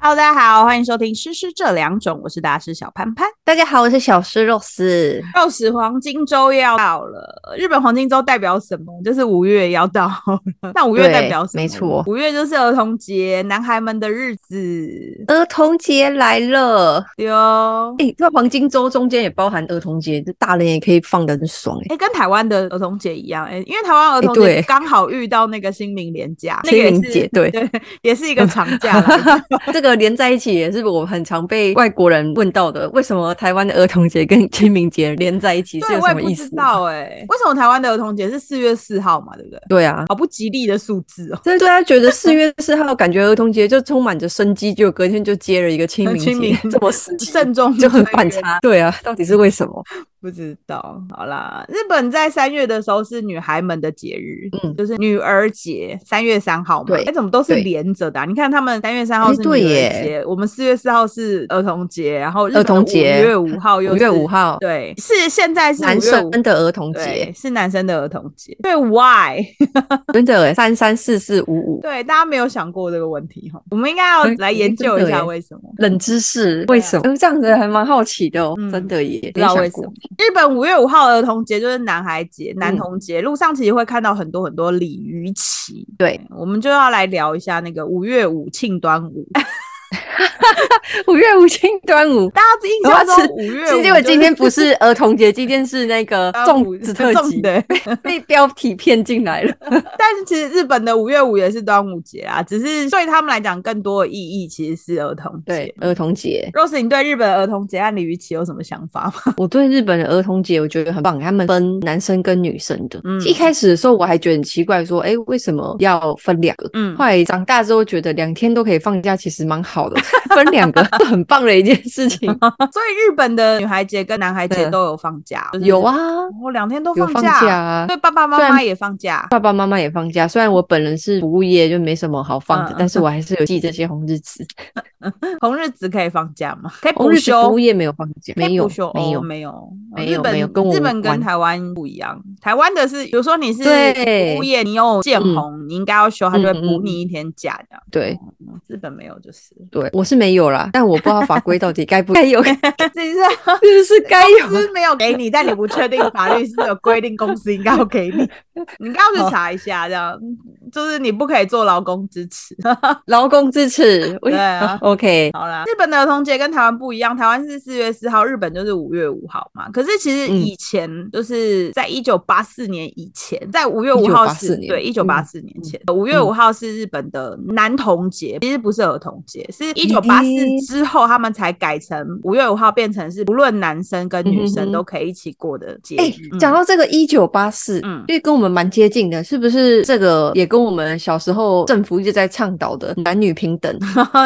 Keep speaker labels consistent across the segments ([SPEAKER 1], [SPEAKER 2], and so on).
[SPEAKER 1] Hello，大家好，欢迎收听《诗诗这两种》，我是大师小潘潘。
[SPEAKER 2] 大家好，我是小诗肉丝。
[SPEAKER 1] 肉食黄金周要到了，日本黄金周代表什么？就是五月要到了。 那五月
[SPEAKER 2] 对
[SPEAKER 1] 代表什么？
[SPEAKER 2] 没错
[SPEAKER 1] 五月就是儿童节，男孩们的日子。
[SPEAKER 2] 儿童节来了，
[SPEAKER 1] 丢、哦，
[SPEAKER 2] 诶，这黄金周中间也包含儿童节，这大人也可以放的很爽诶。
[SPEAKER 1] 哎、跟台湾的儿童节一样，哎、因为台湾儿童
[SPEAKER 2] 对
[SPEAKER 1] 节刚好遇到那个清明连假，那个
[SPEAKER 2] 清
[SPEAKER 1] 也
[SPEAKER 2] 明
[SPEAKER 1] 是
[SPEAKER 2] 节对，
[SPEAKER 1] 对，也是一个长假 啦。
[SPEAKER 2] 这个连在一起也是我很常被外国人问到的，为什么台湾的儿童节跟清明节连在一起是
[SPEAKER 1] 对，
[SPEAKER 2] 有
[SPEAKER 1] 我
[SPEAKER 2] 什
[SPEAKER 1] 也
[SPEAKER 2] 么
[SPEAKER 1] 不
[SPEAKER 2] 意
[SPEAKER 1] 知
[SPEAKER 2] 思？
[SPEAKER 1] 道哎、为什么台湾的儿童节是四月四号嘛？对不对？
[SPEAKER 2] 对啊，
[SPEAKER 1] 好不吉利的数字哦、
[SPEAKER 2] 真的大家觉得四月四号感觉儿童节就充满着生机，就隔天就接了一个 清明节，
[SPEAKER 1] 清明
[SPEAKER 2] 这么死气
[SPEAKER 1] 慎重
[SPEAKER 2] 就很
[SPEAKER 1] 追
[SPEAKER 2] 反
[SPEAKER 1] 远
[SPEAKER 2] 差。对啊，到底是为什么？
[SPEAKER 1] 不知道，好啦，日本在三月的时候是女孩们的节日，
[SPEAKER 2] 嗯
[SPEAKER 1] 就是女儿节，三月三号嘛。
[SPEAKER 2] 对
[SPEAKER 1] 哎，怎么都是
[SPEAKER 2] 对
[SPEAKER 1] 连着的、啊？你看他们三月三号
[SPEAKER 2] 哎
[SPEAKER 1] 是女
[SPEAKER 2] 对
[SPEAKER 1] 儿
[SPEAKER 2] 耶
[SPEAKER 1] 节，我们四月四号是儿童节，然后
[SPEAKER 2] 儿童节
[SPEAKER 1] 五月五号又
[SPEAKER 2] 五月
[SPEAKER 1] 是
[SPEAKER 2] 五，号，
[SPEAKER 1] 对，是现在是
[SPEAKER 2] 男
[SPEAKER 1] 5月
[SPEAKER 2] 生
[SPEAKER 1] 5
[SPEAKER 2] 的儿童
[SPEAKER 1] 对
[SPEAKER 2] 节，，
[SPEAKER 1] 是男生的儿童节。对，why？
[SPEAKER 2] 真的耶三三四四五五，
[SPEAKER 1] 对，大家没有想过这个问题哈，我们应该要
[SPEAKER 2] 哎
[SPEAKER 1] 来研
[SPEAKER 2] 真
[SPEAKER 1] 究
[SPEAKER 2] 的
[SPEAKER 1] 一下
[SPEAKER 2] 耶
[SPEAKER 1] 为什么。
[SPEAKER 2] 冷知识，
[SPEAKER 1] 对啊
[SPEAKER 2] 为什么？这样子还蛮好奇的哦，
[SPEAKER 1] 嗯
[SPEAKER 2] 真的耶，
[SPEAKER 1] 不知道
[SPEAKER 2] 没
[SPEAKER 1] 为
[SPEAKER 2] 想
[SPEAKER 1] 什
[SPEAKER 2] 过嗯
[SPEAKER 1] 么，日本五月五号儿童节就是男孩节、男童节，路上其实会看到很多很多鲤鱼旗。
[SPEAKER 2] 对，
[SPEAKER 1] 我们就要来聊一下那个五月五庆端午。
[SPEAKER 2] 哎五月五清端午。
[SPEAKER 1] 大家印象中五月五、
[SPEAKER 2] 其实我今天 不是儿童节，今天是那个粽子特辑，
[SPEAKER 1] 对，
[SPEAKER 2] 被标题骗进来了。
[SPEAKER 1] 但是其实日本的五月五也是端午节啊，只是对他们来讲更多的意义其实是儿童
[SPEAKER 2] 对
[SPEAKER 1] 节，。
[SPEAKER 2] 儿童节，
[SPEAKER 1] Rose，你对日本儿童节和鲤鱼旗有什么想法 吗？
[SPEAKER 2] 我对日本的儿童节我觉得很棒，他们分男生跟女生的。
[SPEAKER 1] 嗯
[SPEAKER 2] 一开始的时候我还觉得很奇怪，说，哎、为什么要分两个？
[SPEAKER 1] 嗯
[SPEAKER 2] 后，来长大之后觉得两天都可以放假，其实蛮好的，分两个 是很棒的一件事情。
[SPEAKER 1] 所以日本的女孩节跟男孩节
[SPEAKER 2] 对
[SPEAKER 1] 都有放假，就是
[SPEAKER 2] 有啊，
[SPEAKER 1] 我两天都
[SPEAKER 2] 有
[SPEAKER 1] 放
[SPEAKER 2] 放假啊
[SPEAKER 1] 对，爸爸妈
[SPEAKER 2] 虽然
[SPEAKER 1] 妈也放假。
[SPEAKER 2] 爸爸妈妈也放假。虽然我本人是服务业，就没什么好放的，
[SPEAKER 1] 嗯
[SPEAKER 2] 但是我还是有记这些红日子。
[SPEAKER 1] 红日子可以放假吗？可以
[SPEAKER 2] 红
[SPEAKER 1] 补
[SPEAKER 2] 日子
[SPEAKER 1] 休
[SPEAKER 2] 服务？业没有放假，
[SPEAKER 1] 可以
[SPEAKER 2] 没有
[SPEAKER 1] 补休，
[SPEAKER 2] 没有
[SPEAKER 1] 哦、。没有，
[SPEAKER 2] 没有
[SPEAKER 1] 日本
[SPEAKER 2] 没有跟我
[SPEAKER 1] 日本跟
[SPEAKER 2] 玩
[SPEAKER 1] 台湾不一样。台湾的是，比如说你是
[SPEAKER 2] 对
[SPEAKER 1] 服务业，你有见红，你应该要休，他就会
[SPEAKER 2] 嗯嗯
[SPEAKER 1] 补
[SPEAKER 2] 嗯
[SPEAKER 1] 你一天假这样。
[SPEAKER 2] 对
[SPEAKER 1] 嗯日本没有， 就是
[SPEAKER 2] 对，我是没有啦，但我不知道法规到底 该不该有， 是
[SPEAKER 1] 这是公
[SPEAKER 2] 不是该 有？
[SPEAKER 1] 司没有给你，但你不确定法律是不是有规定，公司应该要给你，你应该要
[SPEAKER 2] 哦
[SPEAKER 1] 去查一下，这样就是你不可以做劳工支持。
[SPEAKER 2] 劳工支持，
[SPEAKER 1] 对啊
[SPEAKER 2] ，OK，
[SPEAKER 1] 好啦，日本的儿童节跟台湾不一样，台湾是四月四号，日本就是五月五号嘛。可是其实
[SPEAKER 2] 嗯
[SPEAKER 1] 以前、就是在一九八四年以前，在五月五号
[SPEAKER 2] 1984
[SPEAKER 1] 是
[SPEAKER 2] 年嗯
[SPEAKER 1] 对一九八四年前，五、月五号是日本的男童节，其实不是儿童节，是一九八四
[SPEAKER 2] 咦
[SPEAKER 1] 之后他们才改成五月五号，变成是不论男生跟女
[SPEAKER 2] 嗯哼
[SPEAKER 1] 生
[SPEAKER 2] 哼
[SPEAKER 1] 都可以一起过的节
[SPEAKER 2] 哎
[SPEAKER 1] 日。嗯，
[SPEAKER 2] 讲到这个一九八四，
[SPEAKER 1] 嗯
[SPEAKER 2] 因为跟我们蛮接近的，是不是？这个也跟我们小时候政府一直在倡导的男女平 等，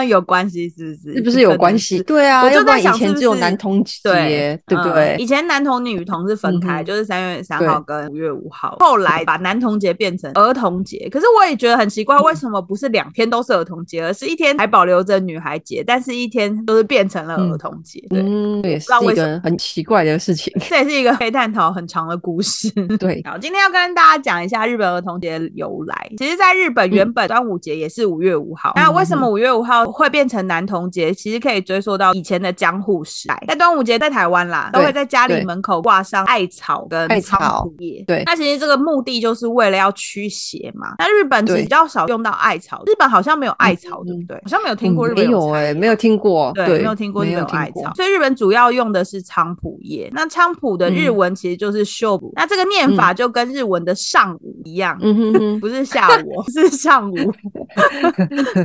[SPEAKER 1] 有关系是不是？
[SPEAKER 2] 是不是有关系？
[SPEAKER 1] 可能是
[SPEAKER 2] 对啊，
[SPEAKER 1] 我就
[SPEAKER 2] 要不然
[SPEAKER 1] 在想
[SPEAKER 2] 以前
[SPEAKER 1] 是不
[SPEAKER 2] 只有
[SPEAKER 1] 是
[SPEAKER 2] 男同节，
[SPEAKER 1] 对
[SPEAKER 2] 对不
[SPEAKER 1] 嗯
[SPEAKER 2] 对？
[SPEAKER 1] 以前男童女童是分开，
[SPEAKER 2] 嗯哼
[SPEAKER 1] 就是三月三
[SPEAKER 2] 对
[SPEAKER 1] 号跟五月五号。后来把男童节变成儿童节，可是我也觉得很奇怪，
[SPEAKER 2] 嗯
[SPEAKER 1] 为什么不是两天都是儿童节，而是一天还保留着女孩节，但是一天都是变成了儿童节？对，
[SPEAKER 2] 嗯，也是
[SPEAKER 1] 道为
[SPEAKER 2] 一个很奇怪的事情。
[SPEAKER 1] 这也是一个可以探讨很长的故事。
[SPEAKER 2] 对，
[SPEAKER 1] 好，今天要跟大家讲一下日本儿童节的由来。其实，在日本
[SPEAKER 2] 嗯
[SPEAKER 1] 原本端午节也是五月五号，那为什么五月五号会变成男童节？其实可以追溯到以前的江户时代，在端午节在台湾啦，都
[SPEAKER 2] 对
[SPEAKER 1] 会在家里
[SPEAKER 2] 对
[SPEAKER 1] 门口挂上艾草跟
[SPEAKER 2] 艾
[SPEAKER 1] 菖
[SPEAKER 2] 草
[SPEAKER 1] 蒲叶。
[SPEAKER 2] 对
[SPEAKER 1] 那其实这个目的就是为了要驱邪嘛。那日本
[SPEAKER 2] 对
[SPEAKER 1] 比较少用到艾草，日本好像没有艾草，对
[SPEAKER 2] 嗯
[SPEAKER 1] 不对？好像没有 听过日
[SPEAKER 2] 没
[SPEAKER 1] 本
[SPEAKER 2] 有
[SPEAKER 1] 艾
[SPEAKER 2] 哎，没有听过，
[SPEAKER 1] 对，没有听过日
[SPEAKER 2] 没
[SPEAKER 1] 本
[SPEAKER 2] 有
[SPEAKER 1] 有
[SPEAKER 2] 听
[SPEAKER 1] 艾
[SPEAKER 2] 过
[SPEAKER 1] 草，。所以日本主要用的是菖蒲叶。那菖蒲的日
[SPEAKER 2] 嗯
[SPEAKER 1] 文其实就是秀补，那这个念法就跟日文的上午一样。
[SPEAKER 2] 嗯哼哼，
[SPEAKER 1] 不是下午，哦是 上午，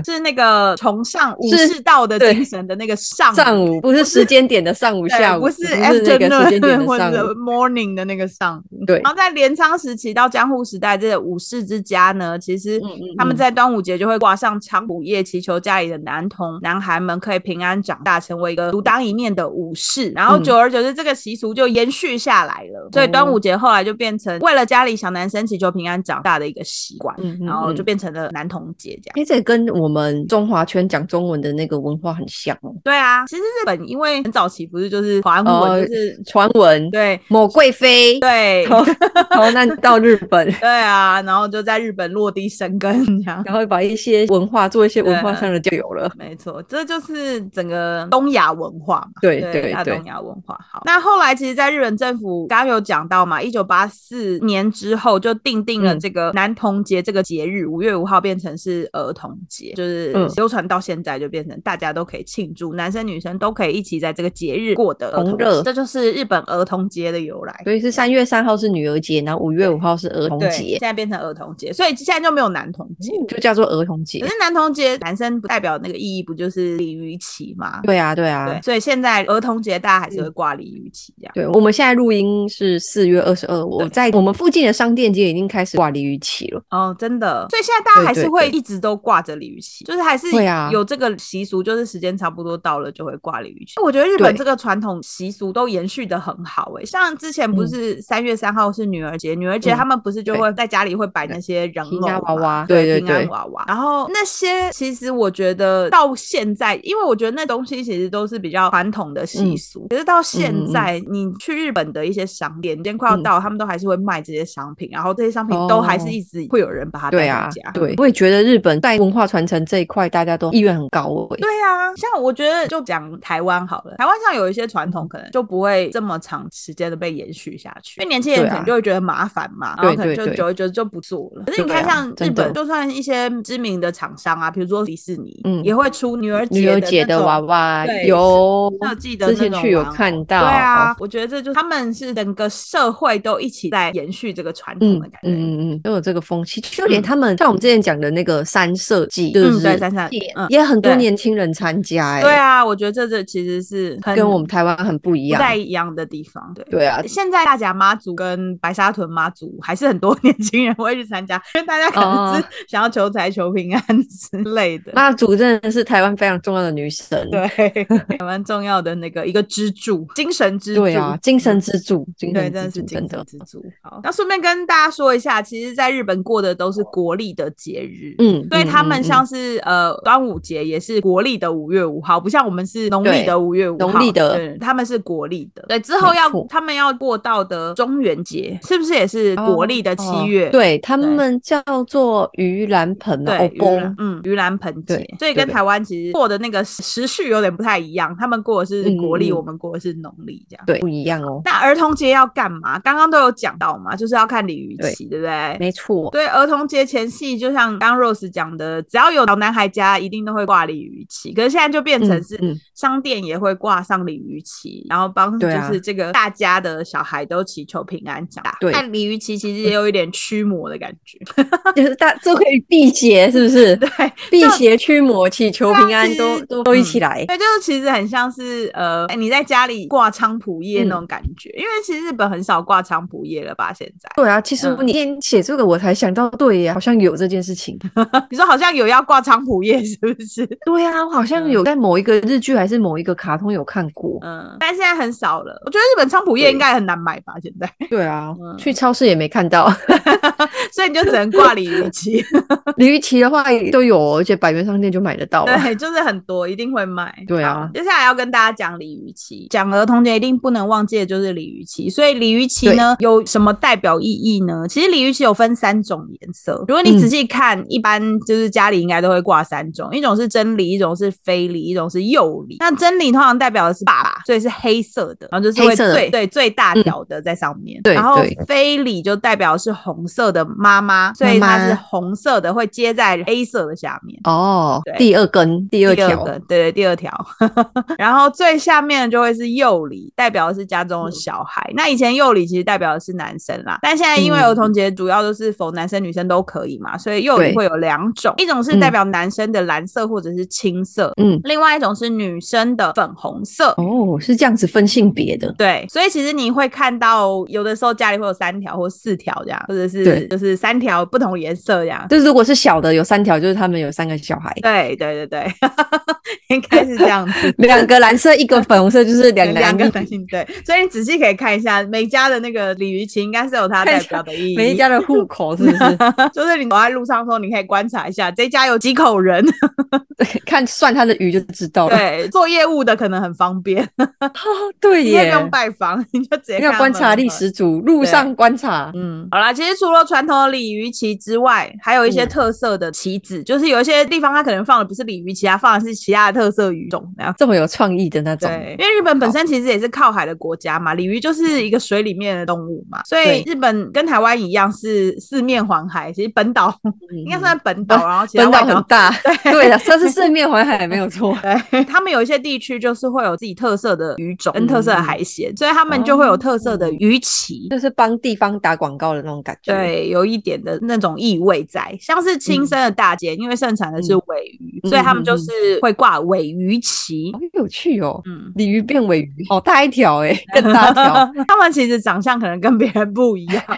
[SPEAKER 1] 是那个崇尚武
[SPEAKER 2] 是
[SPEAKER 1] 士道的
[SPEAKER 2] 对
[SPEAKER 1] 精神的那个 上
[SPEAKER 2] 上午不是时间点的上午、
[SPEAKER 1] 对
[SPEAKER 2] 下午，
[SPEAKER 1] 不是
[SPEAKER 2] 那个时间点
[SPEAKER 1] afternoon
[SPEAKER 2] 的
[SPEAKER 1] 或
[SPEAKER 2] 上
[SPEAKER 1] 者
[SPEAKER 2] 午。
[SPEAKER 1] morning 的那个上午。
[SPEAKER 2] 对嗯
[SPEAKER 1] 然后在镰仓时期到江户时代，这个武士之家呢，其实
[SPEAKER 2] 嗯嗯
[SPEAKER 1] 他们
[SPEAKER 2] 嗯
[SPEAKER 1] 在端午节就会挂上菖蒲叶，祈求家里的男童男孩们可以平安长大，成为一个独当一面的武士。然后
[SPEAKER 2] 嗯哦
[SPEAKER 1] 久而久之，这个习俗就延续下来了。所以端午节后来就变成为了家里小男生祈求平安长大的一个习惯，
[SPEAKER 2] 嗯
[SPEAKER 1] 然后就
[SPEAKER 2] 变。
[SPEAKER 1] 变成了男童节这样。
[SPEAKER 2] 哎、这跟我们中华圈讲中文的那个文化很像哦。
[SPEAKER 1] 对啊，其实日本因为很早期不是就是华
[SPEAKER 2] 哦
[SPEAKER 1] 文就是、
[SPEAKER 2] 传闻，
[SPEAKER 1] 对
[SPEAKER 2] 某贵妃
[SPEAKER 1] 对
[SPEAKER 2] 逃逃难到日本，
[SPEAKER 1] 对啊，然后就在日本落地生根这样。
[SPEAKER 2] 然后把一些文化做一些文化
[SPEAKER 1] 对
[SPEAKER 2] 上的交流了。
[SPEAKER 1] 没错，这就是整个东亚文化嘛。
[SPEAKER 2] 对
[SPEAKER 1] 对
[SPEAKER 2] 对
[SPEAKER 1] 大
[SPEAKER 2] 对
[SPEAKER 1] 东亚文化。好，那后来其实，在日本政府刚刚有讲到嘛，一九八四年之后就定定了
[SPEAKER 2] 嗯
[SPEAKER 1] 这个男童节这个节日，五、月五号变成是儿童节，就是
[SPEAKER 2] 嗯
[SPEAKER 1] 流传到现在就变成大家都可以庆祝，男生女生都可以一起在这个节日过的儿
[SPEAKER 2] 同
[SPEAKER 1] 童
[SPEAKER 2] 乐
[SPEAKER 1] 节这就是日本儿童节的由来。
[SPEAKER 2] 所以是三月三号是女儿节，然后五月五号是儿童
[SPEAKER 1] 对，现
[SPEAKER 2] 节，
[SPEAKER 1] 在变成儿童节，所以现在就没有男童节。
[SPEAKER 2] 就叫做儿童节
[SPEAKER 1] 可。是男童节，男生不代表那个意义，不就是鲤鱼旗吗？
[SPEAKER 2] 对啊，对啊
[SPEAKER 1] 对，，所以现在儿童节大家还是会挂鲤鱼旗这样。
[SPEAKER 2] 对。我们现在录音是四月二十二，我在我们附近的商店街已经开始挂鲤鱼旗了。
[SPEAKER 1] 哦，真的，所以现在大家还是
[SPEAKER 2] 对对
[SPEAKER 1] 会一直都挂着鲤鱼旗，就是还是
[SPEAKER 2] 会啊
[SPEAKER 1] 有这个习俗，就是时间差不多到了就会挂鲤鱼旗。我觉得日本
[SPEAKER 2] 对
[SPEAKER 1] 这个传统习俗都延续的很好诶、像之前不
[SPEAKER 2] 嗯
[SPEAKER 1] 是三月三号是女儿节，女儿节
[SPEAKER 2] 嗯
[SPEAKER 1] 他们不是就
[SPEAKER 2] 对
[SPEAKER 1] 会在家里会摆那些人
[SPEAKER 2] 平
[SPEAKER 1] 偶
[SPEAKER 2] 安娃
[SPEAKER 1] 嘛
[SPEAKER 2] 娃
[SPEAKER 1] 对
[SPEAKER 2] 对对
[SPEAKER 1] 平安
[SPEAKER 2] 对
[SPEAKER 1] 娃娃，然后那些其实我觉得到现在，因为我觉得那东西其实都是比较传统的习
[SPEAKER 2] 嗯
[SPEAKER 1] 俗，可是到现
[SPEAKER 2] 嗯嗯嗯
[SPEAKER 1] 在你去日本的一些商店，今天快要
[SPEAKER 2] 嗯
[SPEAKER 1] 到，他们都还是会卖这些商品，然后这些商品都还是
[SPEAKER 2] 哦
[SPEAKER 1] 一直会有人把它带
[SPEAKER 2] 对
[SPEAKER 1] 回
[SPEAKER 2] 啊
[SPEAKER 1] 家。，
[SPEAKER 2] 对，我也觉得日本在文化传承这一块，大家都意愿很高欸诶、
[SPEAKER 1] 对啊，像我觉得就讲台湾好了，台湾像有一些传统可能就不会这么长时间的被延续下去，因为年轻人
[SPEAKER 2] 对啊
[SPEAKER 1] 可能就会觉得麻烦嘛，然
[SPEAKER 2] 对
[SPEAKER 1] 后可
[SPEAKER 2] 对
[SPEAKER 1] 能就
[SPEAKER 2] 对
[SPEAKER 1] 久而久之就不做了。可是你
[SPEAKER 2] 对
[SPEAKER 1] 看，
[SPEAKER 2] 啊
[SPEAKER 1] 像日
[SPEAKER 2] 真
[SPEAKER 1] 本
[SPEAKER 2] 的
[SPEAKER 1] 就算一些知名的厂商啊，比如说迪士尼，
[SPEAKER 2] 嗯
[SPEAKER 1] 也会出女儿
[SPEAKER 2] 女儿节
[SPEAKER 1] 节
[SPEAKER 2] 的
[SPEAKER 1] 那
[SPEAKER 2] 娃
[SPEAKER 1] 种
[SPEAKER 2] 娃
[SPEAKER 1] 对
[SPEAKER 2] 有
[SPEAKER 1] 设计的
[SPEAKER 2] 之
[SPEAKER 1] 那
[SPEAKER 2] 前
[SPEAKER 1] 种
[SPEAKER 2] 去有
[SPEAKER 1] 玩偶
[SPEAKER 2] 看到，
[SPEAKER 1] 对啊
[SPEAKER 2] 哦，，
[SPEAKER 1] 我觉得这就是他们是整个社会都一起在延续这个传统
[SPEAKER 2] 嗯
[SPEAKER 1] 的感
[SPEAKER 2] 嗯
[SPEAKER 1] 觉。
[SPEAKER 2] 嗯嗯，都有这个风气，就连他们、像我们之前讲的那个三社祭，就
[SPEAKER 1] 嗯
[SPEAKER 2] 是、
[SPEAKER 1] 对三社祭嗯
[SPEAKER 2] 也很多
[SPEAKER 1] 对
[SPEAKER 2] 年轻人参加、欸，
[SPEAKER 1] 对，啊，我觉得这这其实是很
[SPEAKER 2] 跟我们台湾很不一
[SPEAKER 1] 不
[SPEAKER 2] 样，
[SPEAKER 1] 太一样的地方。对。
[SPEAKER 2] 对啊，
[SPEAKER 1] 现在大甲妈祖跟白沙屯妈祖还是很多年轻人会去参加， 因为大家可能是
[SPEAKER 2] 哦
[SPEAKER 1] 想要求财、求平安之类的。
[SPEAKER 2] 妈祖真的是台湾非常重要的女神，
[SPEAKER 1] 对，啊 蛮重要的那个一个支柱，精神支柱。嗯
[SPEAKER 2] 对啊，精神支柱，精
[SPEAKER 1] 对，
[SPEAKER 2] 神
[SPEAKER 1] 真的
[SPEAKER 2] 支
[SPEAKER 1] 是
[SPEAKER 2] 柱，
[SPEAKER 1] 精
[SPEAKER 2] 真
[SPEAKER 1] 神
[SPEAKER 2] 的，
[SPEAKER 1] 支柱。好，那顺便跟大家说一下，其实在日本过的都是国历的节日，
[SPEAKER 2] 嗯，
[SPEAKER 1] 所以
[SPEAKER 2] 嗯
[SPEAKER 1] 他们
[SPEAKER 2] 嗯
[SPEAKER 1] 像是、呃端午节也是国历的五月五号，不像我们是农历
[SPEAKER 2] 对
[SPEAKER 1] 的五月五号，
[SPEAKER 2] 农历的
[SPEAKER 1] 对，他们是国历的。对，之后要
[SPEAKER 2] 没错
[SPEAKER 1] 他们要过到的中元节，是不是也是国历的七月？
[SPEAKER 2] 哦对他
[SPEAKER 1] 对
[SPEAKER 2] 们叫做盂兰盆嘛，
[SPEAKER 1] 对，
[SPEAKER 2] 欧
[SPEAKER 1] 盂兰
[SPEAKER 2] 公，
[SPEAKER 1] 嗯，盂兰盆节
[SPEAKER 2] 对，
[SPEAKER 1] 所以跟
[SPEAKER 2] 对
[SPEAKER 1] 台湾其实过的那个时序有点不太一样，他们过的是国
[SPEAKER 2] 嗯
[SPEAKER 1] 历，
[SPEAKER 2] 嗯嗯
[SPEAKER 1] 我们过的是农历，这样。
[SPEAKER 2] 对，不一样哦，
[SPEAKER 1] 那儿童节要干嘛？刚刚都有讲到嘛，就是要看鲤鱼
[SPEAKER 2] 对
[SPEAKER 1] 旗，对不对？
[SPEAKER 2] 没错，
[SPEAKER 1] 对，儿童节前夕，就像刚 Rose 讲的，只要有老男孩家，一定都会挂鲤鱼旗。可是现在就变成
[SPEAKER 2] 嗯
[SPEAKER 1] 是
[SPEAKER 2] 嗯
[SPEAKER 1] 商店也会挂上鲤鱼旗，然后帮就
[SPEAKER 2] 对啊
[SPEAKER 1] 是这个大家的小孩都祈求平安长大。
[SPEAKER 2] 对
[SPEAKER 1] 但鲤鱼旗其实也有一点驱魔的感觉，
[SPEAKER 2] 就是大这可以辟邪，是不是？
[SPEAKER 1] 对，
[SPEAKER 2] 辟邪驱魔，祈求平安，
[SPEAKER 1] 对啊
[SPEAKER 2] 都
[SPEAKER 1] 其实
[SPEAKER 2] 都都一起来。
[SPEAKER 1] 对，就是其实很像是呃，哎你在家里挂菖蒲叶那种
[SPEAKER 2] 嗯
[SPEAKER 1] 感觉，因为其实日本很少挂菖蒲叶了吧？现在
[SPEAKER 2] 对啊，其实
[SPEAKER 1] 嗯
[SPEAKER 2] 你今天写这个，我才想到，对呀，好像有这件事情。
[SPEAKER 1] 你说好像有要挂菖蒲叶，是不 是？
[SPEAKER 2] 对啊，我好像有在某一个日剧还是某一个卡通有看过。
[SPEAKER 1] 嗯，但现在很少了。我觉得日本菖蒲叶
[SPEAKER 2] 对
[SPEAKER 1] 应该很难买吧，现在，
[SPEAKER 2] 对啊
[SPEAKER 1] 嗯，
[SPEAKER 2] 去超市也没看到。
[SPEAKER 1] 所以你就只能挂鲤鱼旗。
[SPEAKER 2] 鲤鱼旗的话都有哦，而且百元商店就买得到啊。
[SPEAKER 1] 对，就是很多，一定会卖。
[SPEAKER 2] 对啊
[SPEAKER 1] 好接下来要跟大家讲鲤鱼旗，讲儿童节一定不能忘记的就是鲤鱼旗。所以鲤鱼旗呢有什么代表意义呢？其实鲤鱼旗有分三种颜色，如果你
[SPEAKER 2] 嗯
[SPEAKER 1] 仔细看，一般就是家里应该都会挂三种，一种是真鲤，一种是非鲤，一种是幼鲤。那真鲤通常代表的是爸爸，所以是黑色的，然后就是会
[SPEAKER 2] 黑色的嗯
[SPEAKER 1] 最对最大条的在上面。
[SPEAKER 2] 对
[SPEAKER 1] 然后
[SPEAKER 2] 对
[SPEAKER 1] 非鲤就代表是红色的妈妈，所以它
[SPEAKER 2] 妈妈
[SPEAKER 1] 是红色的，会接在黑色的下面。
[SPEAKER 2] 哦
[SPEAKER 1] 对，
[SPEAKER 2] 第二根，第二条，
[SPEAKER 1] 个，对对，第二条。 然后最下面的就会是幼理，代表的是家
[SPEAKER 2] 嗯
[SPEAKER 1] 中的小孩。那以前幼理其实代表的是男生啦，但现在因为
[SPEAKER 2] 嗯
[SPEAKER 1] 儿童节主要都是否男生女生都可以嘛，所以幼理
[SPEAKER 2] 对
[SPEAKER 1] 会有两种，一种是代表男生的蓝色或者是青色，
[SPEAKER 2] 嗯，
[SPEAKER 1] 另外一种是女生的粉红色。
[SPEAKER 2] 哦，是这样子分性别的。
[SPEAKER 1] 对，所以其实你会看到，有的时候家里会有三条或四条这样，或者是
[SPEAKER 2] 对
[SPEAKER 1] 就是三条不同颜色这样。
[SPEAKER 2] 就是如果是小的有三条，就是他们有三个小孩，
[SPEAKER 1] 对对对对， 应该是这样子。
[SPEAKER 2] 两个蓝色，一个粉红色，就是两
[SPEAKER 1] 对
[SPEAKER 2] 个蓝
[SPEAKER 1] 两个男性对，所以你仔细可以看一下每家的那个鲤鱼旗，应该是有它代
[SPEAKER 2] 看
[SPEAKER 1] 表的意义。
[SPEAKER 2] 每一家的户口是不是？
[SPEAKER 1] 就是你走在路上的时候，你可以观察一下这家有几口人。
[SPEAKER 2] 对，看算他的鱼就知道了。
[SPEAKER 1] 对，做业务的可能很 方便，
[SPEAKER 2] 对
[SPEAKER 1] 你也不用拜访， 你就直接
[SPEAKER 2] 要
[SPEAKER 1] 看
[SPEAKER 2] 观
[SPEAKER 1] 他们
[SPEAKER 2] 察
[SPEAKER 1] 就
[SPEAKER 2] 力
[SPEAKER 1] 好了
[SPEAKER 2] 十足，路
[SPEAKER 1] 对
[SPEAKER 2] 上观察。
[SPEAKER 1] 嗯，好啦，其实除了传统的鲤鱼旗之外，还有一些
[SPEAKER 2] 嗯
[SPEAKER 1] 特色的旗子，就是有一些地方它可能放的不是鲤鱼旗，它放的是其他的特色鱼种，然后。
[SPEAKER 2] 这么有创意的那种。
[SPEAKER 1] 对，因为日本本身其实也是靠海的国家嘛，鲤鱼就是一个水里面的动物嘛，所以
[SPEAKER 2] 嗯对
[SPEAKER 1] 日本跟台湾一样是四面环海，其实本岛应该
[SPEAKER 2] 嗯
[SPEAKER 1] 算本岛，然后其他
[SPEAKER 2] 分
[SPEAKER 1] 外。
[SPEAKER 2] 到很大，对的，这是四面环海没有错
[SPEAKER 1] 对，他们有一些地区就是会有自己特色的鱼
[SPEAKER 2] 嗯
[SPEAKER 1] 种跟特色的海鲜，所以他们就会有特
[SPEAKER 2] 哦
[SPEAKER 1] 色的鱼旗。
[SPEAKER 2] 就是帮地方打广告的那种感觉。，
[SPEAKER 1] 对，有一点的那种意味在，像是亲生的大姐，因为盛产的是
[SPEAKER 2] 嗯
[SPEAKER 1] 尾鱼，
[SPEAKER 2] 嗯
[SPEAKER 1] 所以他们
[SPEAKER 2] 嗯
[SPEAKER 1] 就
[SPEAKER 2] 嗯
[SPEAKER 1] 是会挂尾鱼旗
[SPEAKER 2] 好。有趣哦，
[SPEAKER 1] 嗯，
[SPEAKER 2] 鲤鱼变尾鱼，好大一条哎、更大条，
[SPEAKER 1] 他们其实长相可能跟别人不一样。
[SPEAKER 2] 真的。真的是不一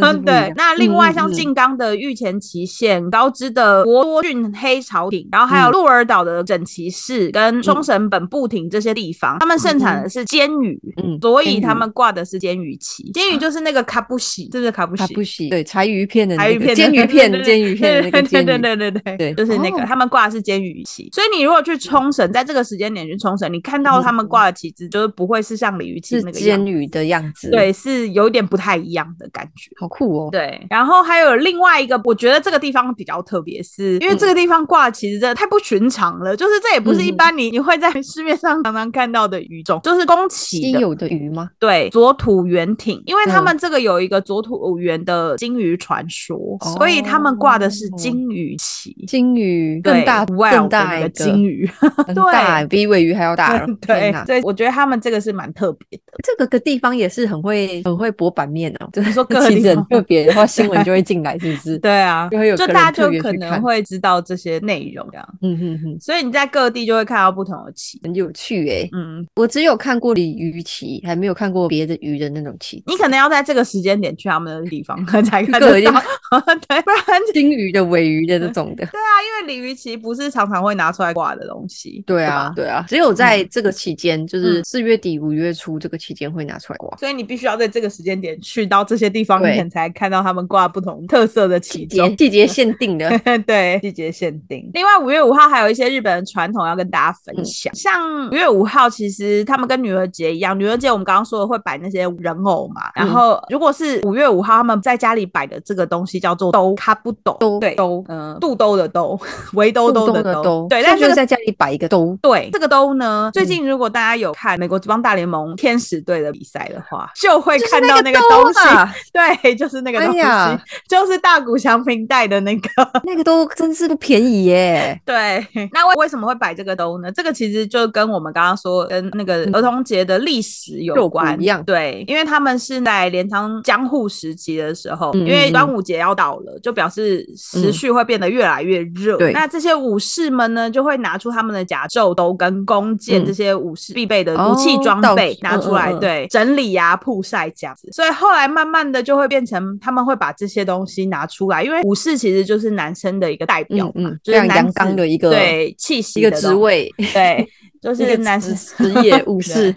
[SPEAKER 1] 嗯对
[SPEAKER 2] 样，
[SPEAKER 1] 那另外像
[SPEAKER 2] 嗯嗯嗯
[SPEAKER 1] 静冈的御前旗县、高知的国多郡黑潮町，然后还有
[SPEAKER 2] 嗯
[SPEAKER 1] 鹿儿岛的整崎市跟冲绳本部町这些地方，他们盛产的是煎鱼，
[SPEAKER 2] 嗯
[SPEAKER 1] 所以
[SPEAKER 2] 煎
[SPEAKER 1] 他
[SPEAKER 2] 鱼啊
[SPEAKER 1] 们挂的是煎鱼旗。煎鱼就是那个卡布喜，是不是卡布
[SPEAKER 2] 它
[SPEAKER 1] 喜
[SPEAKER 2] 不？洗，对，柴鱼片的
[SPEAKER 1] 海
[SPEAKER 2] 那
[SPEAKER 1] 鱼
[SPEAKER 2] 个
[SPEAKER 1] 片、
[SPEAKER 2] 煎鱼片，煎鱼片的
[SPEAKER 1] 对
[SPEAKER 2] 那个煎
[SPEAKER 1] 对
[SPEAKER 2] 鱼，
[SPEAKER 1] 对对对对，
[SPEAKER 2] 对
[SPEAKER 1] 就是那个
[SPEAKER 2] 哦
[SPEAKER 1] 他们挂的是煎鱼旗，所以你如果去冲绳，在这个时间点去冲绳，你看到他们挂的旗帜，就是不会是像鲤鱼旗
[SPEAKER 2] 嗯是
[SPEAKER 1] 那个样
[SPEAKER 2] 煎，鱼的样子。，
[SPEAKER 1] 对，是有点不太一样的感觉。
[SPEAKER 2] 好酷哦。
[SPEAKER 1] 对，然后还有另外一个，我觉得这个地方比较特别是，
[SPEAKER 2] 嗯
[SPEAKER 1] 因为这个地方挂的旗子真的太不寻常了，就是这也不是一
[SPEAKER 2] 嗯
[SPEAKER 1] 般你、你会在市面上常常看到的鱼种， 就是宫
[SPEAKER 2] 稀
[SPEAKER 1] 崎的
[SPEAKER 2] 有的鱼吗？
[SPEAKER 1] 对佐土圆艇，因为他
[SPEAKER 2] 嗯
[SPEAKER 1] 们这个有一个佐土圆的金鱼传说，
[SPEAKER 2] 哦
[SPEAKER 1] 所以他们挂的是金鱼旗，
[SPEAKER 2] 金鱼
[SPEAKER 1] 对
[SPEAKER 2] 更大，
[SPEAKER 1] wild
[SPEAKER 2] 更
[SPEAKER 1] 的
[SPEAKER 2] 大
[SPEAKER 1] 那
[SPEAKER 2] 一
[SPEAKER 1] 个
[SPEAKER 2] 个
[SPEAKER 1] 金，鱼，。
[SPEAKER 2] 很大，比尾鱼还要大天
[SPEAKER 1] 对
[SPEAKER 2] 哪，
[SPEAKER 1] 对，我觉得他们这个是蛮特别的。
[SPEAKER 2] 这个个地方也是很会很会博版面哦。就是
[SPEAKER 1] 说各个
[SPEAKER 2] 其
[SPEAKER 1] 地
[SPEAKER 2] 实很
[SPEAKER 1] 方
[SPEAKER 2] 特别的话，新闻就会进来，是不是？
[SPEAKER 1] 对啊，
[SPEAKER 2] 就会有
[SPEAKER 1] 就
[SPEAKER 2] 个
[SPEAKER 1] 大家
[SPEAKER 2] 人特
[SPEAKER 1] 就
[SPEAKER 2] 别
[SPEAKER 1] 可
[SPEAKER 2] 去
[SPEAKER 1] 能
[SPEAKER 2] 看
[SPEAKER 1] 会知道这些内容，这样，
[SPEAKER 2] 嗯哼哼，
[SPEAKER 1] 所以你在各地就会看到不同的旗。
[SPEAKER 2] 很有趣诶、
[SPEAKER 1] 嗯，
[SPEAKER 2] 我只有看过鲤鱼旗，还没有看过别的鱼的那种旗。
[SPEAKER 1] 你可能要在这个时间点去他们的 地方才看
[SPEAKER 2] 各
[SPEAKER 1] 得
[SPEAKER 2] 地
[SPEAKER 1] 到， 对，不然
[SPEAKER 2] 金鱼的、尾鱼的那种的。
[SPEAKER 1] 因为鲤鱼旗不是常常会拿出来挂的东西，
[SPEAKER 2] 对
[SPEAKER 1] 吧
[SPEAKER 2] 啊，，对啊，只有在
[SPEAKER 1] 嗯
[SPEAKER 2] 这个期间，就是四月底五月初这个期间会拿出来挂。
[SPEAKER 1] 所以你必须要在这个时间点去到这些地方，你
[SPEAKER 2] 对
[SPEAKER 1] 可能才看到他们挂不同特色的旗
[SPEAKER 2] 季
[SPEAKER 1] 种
[SPEAKER 2] 节。季节限定的
[SPEAKER 1] 对，季节限定。另外，五月五号还有一些日本的传统要跟大家
[SPEAKER 2] 嗯
[SPEAKER 1] 分享，像五月五号，其实他们跟女儿节一样，女儿节我们刚刚说的会摆那些人偶嘛，
[SPEAKER 2] 嗯
[SPEAKER 1] 然后如果是五月五号他们在家里摆的这个东西叫做兜，卡不斗，
[SPEAKER 2] 兜
[SPEAKER 1] 对兜， 嗯、肚兜的兜， 围兜兜
[SPEAKER 2] 肚
[SPEAKER 1] 的
[SPEAKER 2] 兜的兜，
[SPEAKER 1] 对，
[SPEAKER 2] 所以
[SPEAKER 1] 但
[SPEAKER 2] 就是
[SPEAKER 1] 这个。
[SPEAKER 2] 在家嗯里摆一个兜，
[SPEAKER 1] 对这个兜呢，最近如果大家有看美国职棒大联盟天使队的比赛的话，
[SPEAKER 2] 嗯
[SPEAKER 1] 就会看到那个东西，
[SPEAKER 2] 啊，
[SPEAKER 1] 对，就是那个
[SPEAKER 2] 哎
[SPEAKER 1] 东西，
[SPEAKER 2] 呀
[SPEAKER 1] 就是大谷翔平带的那个
[SPEAKER 2] 那个兜真是不便宜耶。
[SPEAKER 1] 对，那为为什么会摆这个兜呢？这个其实就跟我们刚刚说跟那个儿童节的历史有
[SPEAKER 2] 肉
[SPEAKER 1] 关
[SPEAKER 2] 骨嗯一样
[SPEAKER 1] 对，因为他们是在镰仓江户时期的时候，
[SPEAKER 2] 嗯
[SPEAKER 1] 因为
[SPEAKER 2] 嗯
[SPEAKER 1] 端午节要到了，就表示时序会变得越来越热。
[SPEAKER 2] 对
[SPEAKER 1] 那这些武士们呢，就会拿出他们的甲胄、兜跟弓箭、
[SPEAKER 2] 嗯
[SPEAKER 1] 这些武士必备的
[SPEAKER 2] 哦
[SPEAKER 1] 武器装
[SPEAKER 2] 道
[SPEAKER 1] 备
[SPEAKER 2] 具
[SPEAKER 1] 拿出
[SPEAKER 2] 嗯
[SPEAKER 1] 来，
[SPEAKER 2] 嗯嗯
[SPEAKER 1] 对，整理呀、曝晒这样子。所以后来慢慢的就会变成他们会把这些东西拿出来，因为武士其实就是男生的一个代表
[SPEAKER 2] 嗯
[SPEAKER 1] 嘛，
[SPEAKER 2] 嗯，
[SPEAKER 1] 就
[SPEAKER 2] 非
[SPEAKER 1] 是
[SPEAKER 2] 常
[SPEAKER 1] 男
[SPEAKER 2] 阳
[SPEAKER 1] 子
[SPEAKER 2] 刚的一个
[SPEAKER 1] 对气息
[SPEAKER 2] 一个
[SPEAKER 1] 的
[SPEAKER 2] 职
[SPEAKER 1] 东西，
[SPEAKER 2] 位，
[SPEAKER 1] 对，就
[SPEAKER 2] 一
[SPEAKER 1] 是
[SPEAKER 2] 个
[SPEAKER 1] 男
[SPEAKER 2] 职
[SPEAKER 1] 生。
[SPEAKER 2] 职 业武士嗯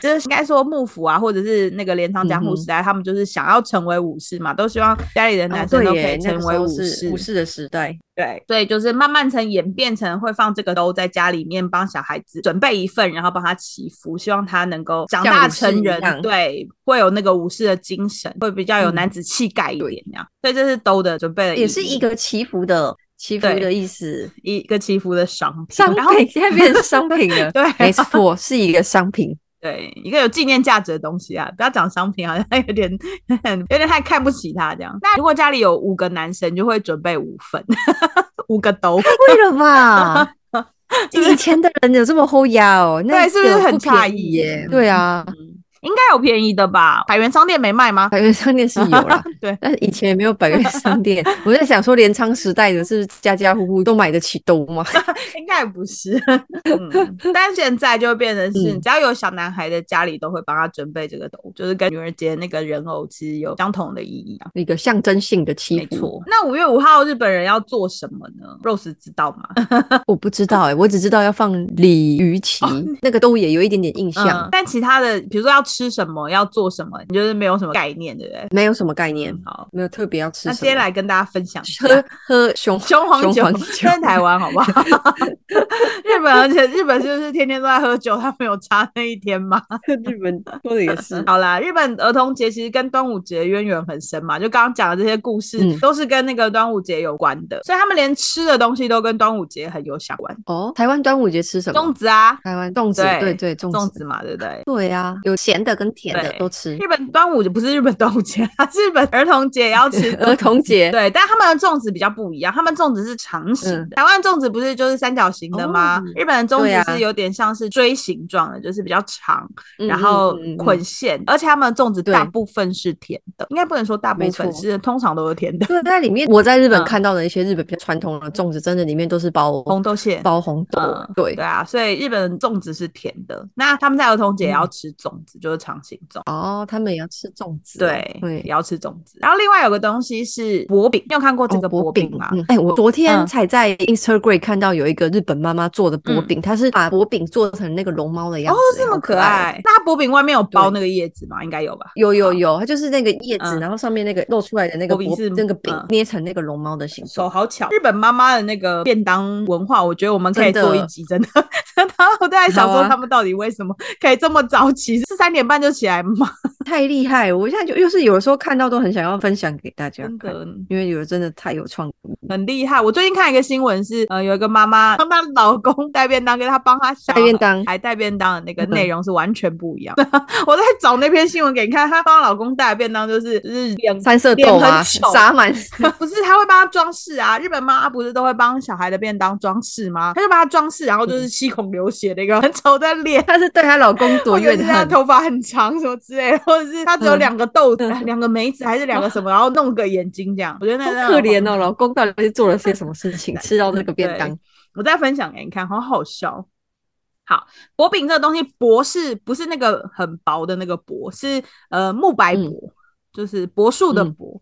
[SPEAKER 1] 对，就是应该说幕府啊，或者是那个镰仓江户时代，他们就是想要成为武士嘛，都希望家里的
[SPEAKER 2] 哦
[SPEAKER 1] 男生
[SPEAKER 2] 对
[SPEAKER 1] 都可
[SPEAKER 2] 耶
[SPEAKER 1] 以，
[SPEAKER 2] 那
[SPEAKER 1] 成
[SPEAKER 2] 个时
[SPEAKER 1] 为
[SPEAKER 2] 候
[SPEAKER 1] 武
[SPEAKER 2] 是
[SPEAKER 1] 士。
[SPEAKER 2] 武士的时代，
[SPEAKER 1] 对，所以就是慢慢成演变成会放这个兜在家里面，帮小孩子准备一份，然后帮他祈福，希望他能够长
[SPEAKER 2] 像
[SPEAKER 1] 大
[SPEAKER 2] 武士
[SPEAKER 1] 成
[SPEAKER 2] 一
[SPEAKER 1] 人，
[SPEAKER 2] 样
[SPEAKER 1] 对，会有那个武士的精神，会比较有
[SPEAKER 2] 嗯
[SPEAKER 1] 男子气概一
[SPEAKER 2] 对
[SPEAKER 1] 点那样。所以这是兜的准备的意义，
[SPEAKER 2] 也是一个祈福的祈福
[SPEAKER 1] 对
[SPEAKER 2] 的意思。
[SPEAKER 1] 一个祈福的商品，
[SPEAKER 2] 商
[SPEAKER 1] 然后，
[SPEAKER 2] 品现在变成商品了
[SPEAKER 1] 对
[SPEAKER 2] 没错，是一个商品。
[SPEAKER 1] 对，一个有纪念价值的东西啊，不要讲商品，好像 有点有点太看不起它这样。那如果家里有五个男生，就会准备五份，五个兜。
[SPEAKER 2] 贵了 吧？以前的人有这么厚压哦？那
[SPEAKER 1] 对是不是
[SPEAKER 2] 有
[SPEAKER 1] 很
[SPEAKER 2] 不
[SPEAKER 1] 诧
[SPEAKER 2] 便宜
[SPEAKER 1] 异
[SPEAKER 2] 耶？
[SPEAKER 1] 嗯
[SPEAKER 2] 对啊，
[SPEAKER 1] 应该有便宜的吧？百元商店没卖吗？
[SPEAKER 2] 百元商店是有啦，
[SPEAKER 1] 对
[SPEAKER 2] 但是以前也没有百元商店。我在想说，镰仓时代的是不是家家户户都买得起兜吗？
[SPEAKER 1] 应该也不是。嗯，但现在就变成是，
[SPEAKER 2] 嗯
[SPEAKER 1] 只要有小男孩的家里都会帮他准备这个兜，就是跟女儿节那个人偶其实有相同的意义啊。
[SPEAKER 2] 一个象征性的
[SPEAKER 1] 没
[SPEAKER 2] 祈福，
[SPEAKER 1] 错，那五月五号日本人要做什么呢？Rose 知道吗？
[SPEAKER 2] 我不知
[SPEAKER 1] 哦
[SPEAKER 2] 道哎，我只知道要放鲤鱼旗，那个兜也有一点点印象
[SPEAKER 1] 嗯。但其他的，比如说要吃什么，要做什么，你就是没有什么概念，对不对？
[SPEAKER 2] 没有什么概念，
[SPEAKER 1] 好，
[SPEAKER 2] 没有特别嗯要吃什
[SPEAKER 1] 那
[SPEAKER 2] 么。
[SPEAKER 1] 今天来跟大家分享一下
[SPEAKER 2] 喝喝雄
[SPEAKER 1] 雄黄酒，
[SPEAKER 2] 酒，
[SPEAKER 1] 在台湾好不好？ 日本，而且日本就是天天都在喝酒，他们有差那一天吗？。
[SPEAKER 2] 日本说的也是
[SPEAKER 1] 好啦，日本儿童节其实跟端午节渊源很深嘛，就刚刚讲的这些故事、
[SPEAKER 2] 嗯
[SPEAKER 1] 都是跟那个端午节有关的，所以他们连吃的东西都跟端午节很有相关。
[SPEAKER 2] 哦，台湾端午节吃什么
[SPEAKER 1] 粽？子啊，
[SPEAKER 2] 台湾粽子，对
[SPEAKER 1] 对
[SPEAKER 2] 对，粽
[SPEAKER 1] 粽
[SPEAKER 2] 子，
[SPEAKER 1] 子嘛，对不对？
[SPEAKER 2] 对啊，有咸的跟甜的
[SPEAKER 1] 对
[SPEAKER 2] 都吃。
[SPEAKER 1] 日本端午节不是日本端午节，它是日本儿童节也要 吃
[SPEAKER 2] 儿童节，
[SPEAKER 1] 对，但他们的粽子比较不一样，他们粽子是长形
[SPEAKER 2] 嗯
[SPEAKER 1] 的，台湾粽子不是就是三角形的吗？
[SPEAKER 2] 哦
[SPEAKER 1] 日本的粽
[SPEAKER 2] 对啊
[SPEAKER 1] 子是有点像是锥形状的，就是比较长，
[SPEAKER 2] 嗯
[SPEAKER 1] 然后
[SPEAKER 2] 嗯嗯嗯
[SPEAKER 1] 捆线，而且他们的粽子
[SPEAKER 2] 对
[SPEAKER 1] 大部分是甜的，应该不能说大部
[SPEAKER 2] 没
[SPEAKER 1] 分
[SPEAKER 2] 错
[SPEAKER 1] 是，通常都是甜的。
[SPEAKER 2] 对，在里面我在日本
[SPEAKER 1] 嗯
[SPEAKER 2] 看到的一些日本比较传统的粽子，真的里面都是包
[SPEAKER 1] 红豆馅，
[SPEAKER 2] 包红豆
[SPEAKER 1] 嗯，
[SPEAKER 2] 对
[SPEAKER 1] 对，啊，所以日本粽子是甜的，那他们在儿童节也要吃粽子，就是长形粽。
[SPEAKER 2] 哦，他们也要吃粽子哦，
[SPEAKER 1] 对，
[SPEAKER 2] 对
[SPEAKER 1] 也，要吃粽子。然后另外有个东西是薄饼，你有看过这
[SPEAKER 2] 哦
[SPEAKER 1] 个薄饼吗？
[SPEAKER 2] 嗯哎、我昨天
[SPEAKER 1] 嗯
[SPEAKER 2] 才在 Instagram 看到有一个日本妈妈做的薄
[SPEAKER 1] 嗯
[SPEAKER 2] 饼，她是把薄饼做成那个龙猫的样
[SPEAKER 1] 哦
[SPEAKER 2] 子、，
[SPEAKER 1] 这
[SPEAKER 2] 好
[SPEAKER 1] 么可
[SPEAKER 2] 爱哦。
[SPEAKER 1] 爱！那它薄饼外面有包
[SPEAKER 2] 对
[SPEAKER 1] 那个叶子吗？应该有吧。
[SPEAKER 2] 有有有，它就是那个叶子，
[SPEAKER 1] 嗯
[SPEAKER 2] 然后上面那个露出来的那个
[SPEAKER 1] 薄饼
[SPEAKER 2] 薄
[SPEAKER 1] 是
[SPEAKER 2] 那个饼、
[SPEAKER 1] 嗯
[SPEAKER 2] 捏成那个龙猫的形
[SPEAKER 1] 手
[SPEAKER 2] 状。
[SPEAKER 1] 好巧，日本妈妈的那个便当文化，我觉得我们可以
[SPEAKER 2] 真的
[SPEAKER 1] 做一集， 真的。然后我在想
[SPEAKER 2] 好
[SPEAKER 1] 说，
[SPEAKER 2] 啊
[SPEAKER 1] 他们到底为什么可以这么早起？是三点半就起来 吗？
[SPEAKER 2] 太厉害！我现在就又是有的时候看到都很想要分享给大家
[SPEAKER 1] 真
[SPEAKER 2] 看，
[SPEAKER 1] 的
[SPEAKER 2] 因为有的真的太有创意。
[SPEAKER 1] 很厉害。我最近看一个新闻是，呃，有一个妈妈 帮她老公带便当，跟她帮她小
[SPEAKER 2] 带便当
[SPEAKER 1] 还带便当的那个内容是完全不一 样。的。我在找那篇新闻给你看，她帮老公带的便当就是就是两
[SPEAKER 2] 三色豆
[SPEAKER 1] 脸
[SPEAKER 2] 啊，
[SPEAKER 1] 很丑
[SPEAKER 2] 撒满
[SPEAKER 1] 不是，他会帮他装饰啊。日本妈妈不是都会帮小孩的便当装饰吗？他就把它装饰，然后
[SPEAKER 2] 嗯
[SPEAKER 1] 就是七孔流血的一个很丑的 脸。
[SPEAKER 2] 她是对她老公 多
[SPEAKER 1] 或者
[SPEAKER 2] 怨
[SPEAKER 1] 是她
[SPEAKER 2] 恨，
[SPEAKER 1] 头发很长什么之类的， 或者是她只有
[SPEAKER 2] 嗯
[SPEAKER 1] 两个豆子、
[SPEAKER 2] 嗯
[SPEAKER 1] 两个梅子还是两个什么，然后弄个眼睛这样。我觉得那
[SPEAKER 2] 好
[SPEAKER 1] 那
[SPEAKER 2] 可怜哦，老公到底是做了些什么事情，吃到这个便
[SPEAKER 1] 对
[SPEAKER 2] 当？
[SPEAKER 1] 我再分享给你看，好好笑。哦好，薄饼这个东西，薄是不是那个很薄的那个薄？是呃木白薄，就是柏树的
[SPEAKER 2] 嗯
[SPEAKER 1] 柏。